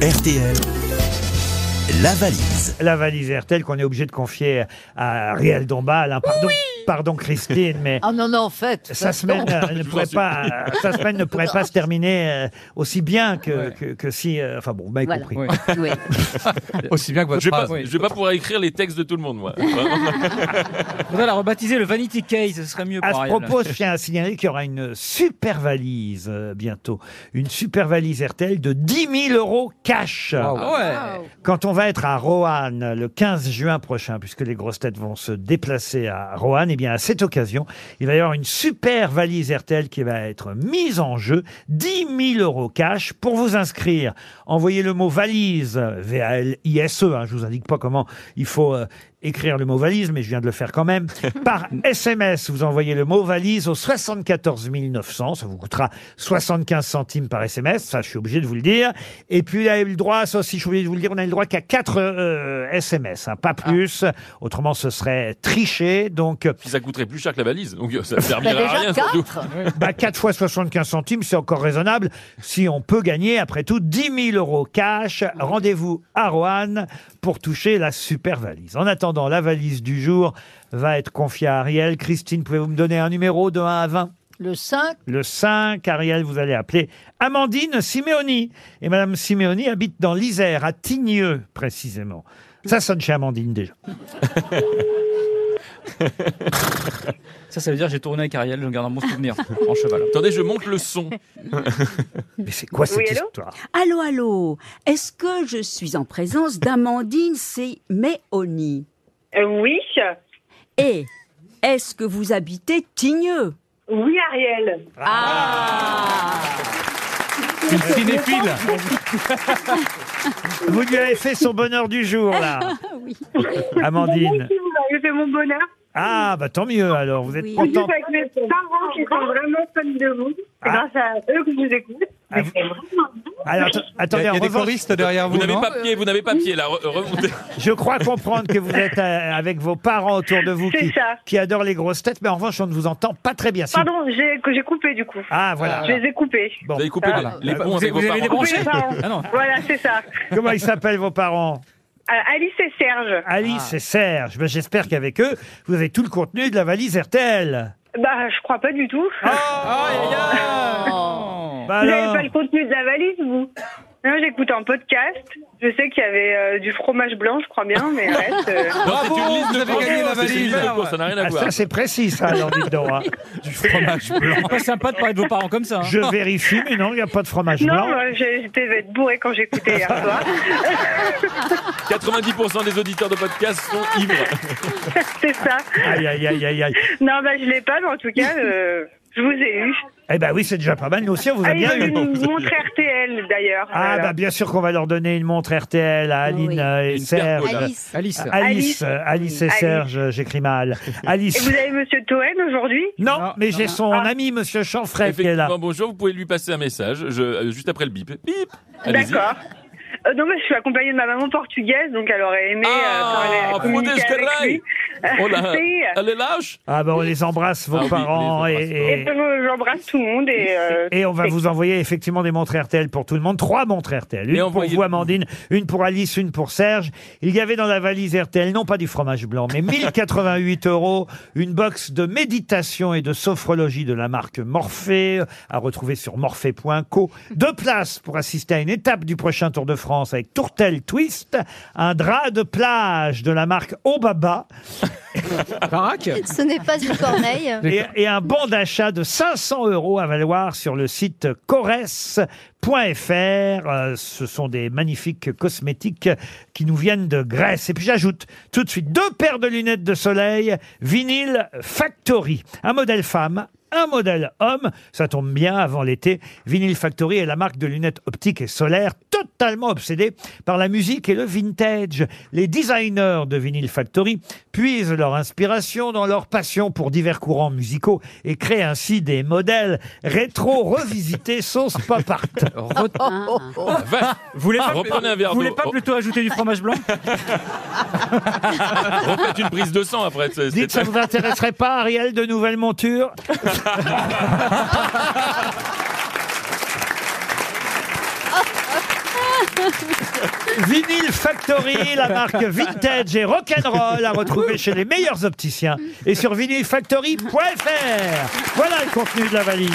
RTL, la valise. la valise RTL qu'on est obligé de confier à Riel Dombal. hein. Pardon, pardon Christine, mais Ah non, non, en fait. sa semaine, euh, ne pourrait pas, euh, sa semaine ne pourrait pas se terminer euh, aussi bien que, que, que si... euh, enfin bon, vous m'avez Voilà. compris. Oui. Oui. Aussi bien que votre Je vais, pas, phrase. je vais pas pouvoir écrire les textes de tout le monde, moi. Faudrait la rebaptiser le Vanity Case, ce serait mieux À pour ce Ariel. propos, je tiens à signaler qu'il y aura une super valise euh, bientôt. Une super valise RTL de 10 000 euros cash. Ah Bah, ouais. Quand on va être à Roanne le 15 juin prochain, puisque les grosses têtes vont se déplacer à Roanne, et bien à cette occasion, il va y avoir une super valise RTL qui va être mise en jeu, 10 000 euros cash. Pour vous inscrire, envoyez le mot valise, V-A-L-I-S-E, hein, je vous indique pas comment il faut euh, écrire le mot valise, mais je viens de le faire quand même. Par SMS, vous envoyez le mot valise au 74 900. Ça vous coûtera 75 centimes par SMS. Ça, je suis obligé de vous le dire. Et puis, vous avez le droit, ça aussi, je suis obligé de vous le dire, on a le droit qu'à 4 SMS, hein, pas plus. Autrement, ce serait tricher. Donc, euh, Puis ça coûterait plus cher que la valise, donc euh, ça ne Bah, servira à déjà rien. surtout. quatre. bah, 4 fois 75 centimes, c'est encore raisonnable. Si on peut gagner, après tout, 10 000 euros cash, rendez-vous à Roanne pour toucher la super valise. En attendant, la valise du jour va être confiée à Ariel. Christine, pouvez-vous me donner un numéro de 1 à 20 Le 5, Le 5, Ariel, vous allez appeler Amandine Siméoni. Et Madame Siméoni habite dans l'Isère, à Tigneux, précisément. Ça sonne chez Amandine déjà. Ça, ça veut dire que j'ai tourné avec Ariel, je garde un bon souvenir en cheval. Attendez, je monte le son. Mais c'est quoi cette Oui, allô histoire Allô, allô, est-ce que je suis en présence d'Amandine C. Méoni Euh, oui, Et est-ce que vous habitez Tigneux oui Ariel. Ah! Une cinéphile Vous lui avez fait son bonheur du jour, là. Amandine. Merci, vous m'avez fait mon bonheur. Ah, bah tant mieux alors, vous êtes Oui. Je suis content. avec mes parents qui sont vraiment fans de vous. C'est Ah. grâce à eux que je vous écoute. Ah, Mais vous- c'est vraiment bien. Alors, att- Il y attendez, a, il y en a des revanche, choristes derrière vous, Vous n'avez non pas pied, vous n'avez pas pied, là, re- euh, remontez. je crois comprendre que vous êtes euh, avec vos parents autour de vous C'est qui, ça. qui adorent les grosses têtes, mais en revanche, on ne vous entend pas très bien. Si- Pardon, j'ai que j'ai coupé du coup. Ah, voilà. Je les ai coupés. Bon. Vous avez coupé Ah, Voilà. les, les ponts Vous- avec vous vos avez parents. débranché Coupez les parents. Ah non. Voilà, c'est ça. Comment ils s'appellent vos parents Euh, Alice et Serge. Alice et Serge. Ben, J'espère qu'avec eux, vous avez tout le contenu de la valise RTL. Bah, je crois pas du tout. Oh. Oh. Bah vous n'avez Ah, alors, pas le contenu de la valise, vous Non, j'écoute un podcast. Je sais qu'il y avait euh, du fromage blanc, je crois bien, mais le reste. euh, Non, c'est une liste de avez gagné la courses, c'est une liste de valise. courses, ça n'a rien à ah, voir. ça c'est précis, ça, alors dites donc, hein. Du fromage blanc. C'est pas sympa de parler de vos parents comme ça. hein. Je vérifie, mais non, il n'y a pas de fromage Non, blanc. moi, j'ai- je devais être bourré quand j'écoutais hier soir. 90% des auditeurs de podcast sont ivres. C'est ça. Aïe, aïe, aïe, aïe, aïe. Non, bah, je l'ai pas, mais en tout cas, euh, je vous ai eu. Eh ben oui, c'est déjà pas mal. Nous aussi, on vous a Ah, ils bien eu. ont une montre RTL d'ailleurs. Ah Voilà. bah bien sûr qu'on va leur donner une montre RTL à Aline Oui. euh, et Une Serge. percola. Alice Alice. Alice, Alice. euh, Alice et Alice. Serge, euh, j'écris mal. Et Alice. vous avez Monsieur Toen aujourd'hui Non, Non, mais non, j'ai non. son ami Monsieur Chanfray qui est là. Effectivement, bonjour, vous pouvez lui passer un message je, euh, juste après le bip. Bip Allez-y. D'accord. Euh, non, mais je suis accompagnée de ma maman portugaise, donc elle aurait aimé euh, Ah, parler, communiquer Funes avec Ferreira. lui. Oh là, Si. elle est lâche Ah bah on les embrasse vos Ah oui, parents on les et, embrasse. Et et- puis, euh, j'embrasse tout le monde et. euh, et on va c'est- vous envoyer effectivement des montres RTL pour tout le monde, trois montres RTL, une Et pour envoyez- vous Amandine, une pour Alice, une pour Serge. Il y avait dans la valise RTL non pas du fromage blanc, mais 1088 euros, une box de méditation et de sophrologie de la marque Morphée à retrouver sur morphée.co. Deux places pour assister à une étape du prochain Tour de France avec Tourtel Twist, un drap de plage de la marque Obaba. Ah, Baraque ce n'est pas une corneille. et, et un bon d'achat de 500 euros à valoir sur le site cores.fr. Euh, ce sont des magnifiques cosmétiques qui nous viennent de Grèce. Et puis j'ajoute tout de suite deux paires de lunettes de soleil vinyle Factory, un modèle femme. Un modèle homme, ça tombe bien avant l'été. Vinyl Factory est la marque de lunettes optiques et solaires totalement obsédée par la musique et le vintage. Les designers de Vinyl Factory puisent leur inspiration dans leur passion pour divers courants musicaux et créent ainsi des modèles rétro revisités sauce pop art. Vous voulez pas, Reprenez un verre vous voulez d'eau. pas Oh. plutôt ajouter du fromage blanc Refaites une prise de sang après. c'est- Dites, c'est- ça vous intéresserait pas, Ariel, de nouvelles montures Vinyl Factory, la marque vintage et rock'n'roll à retrouver chez les meilleurs opticiens et sur vinylfactory.fr. Voilà le contenu de la valise.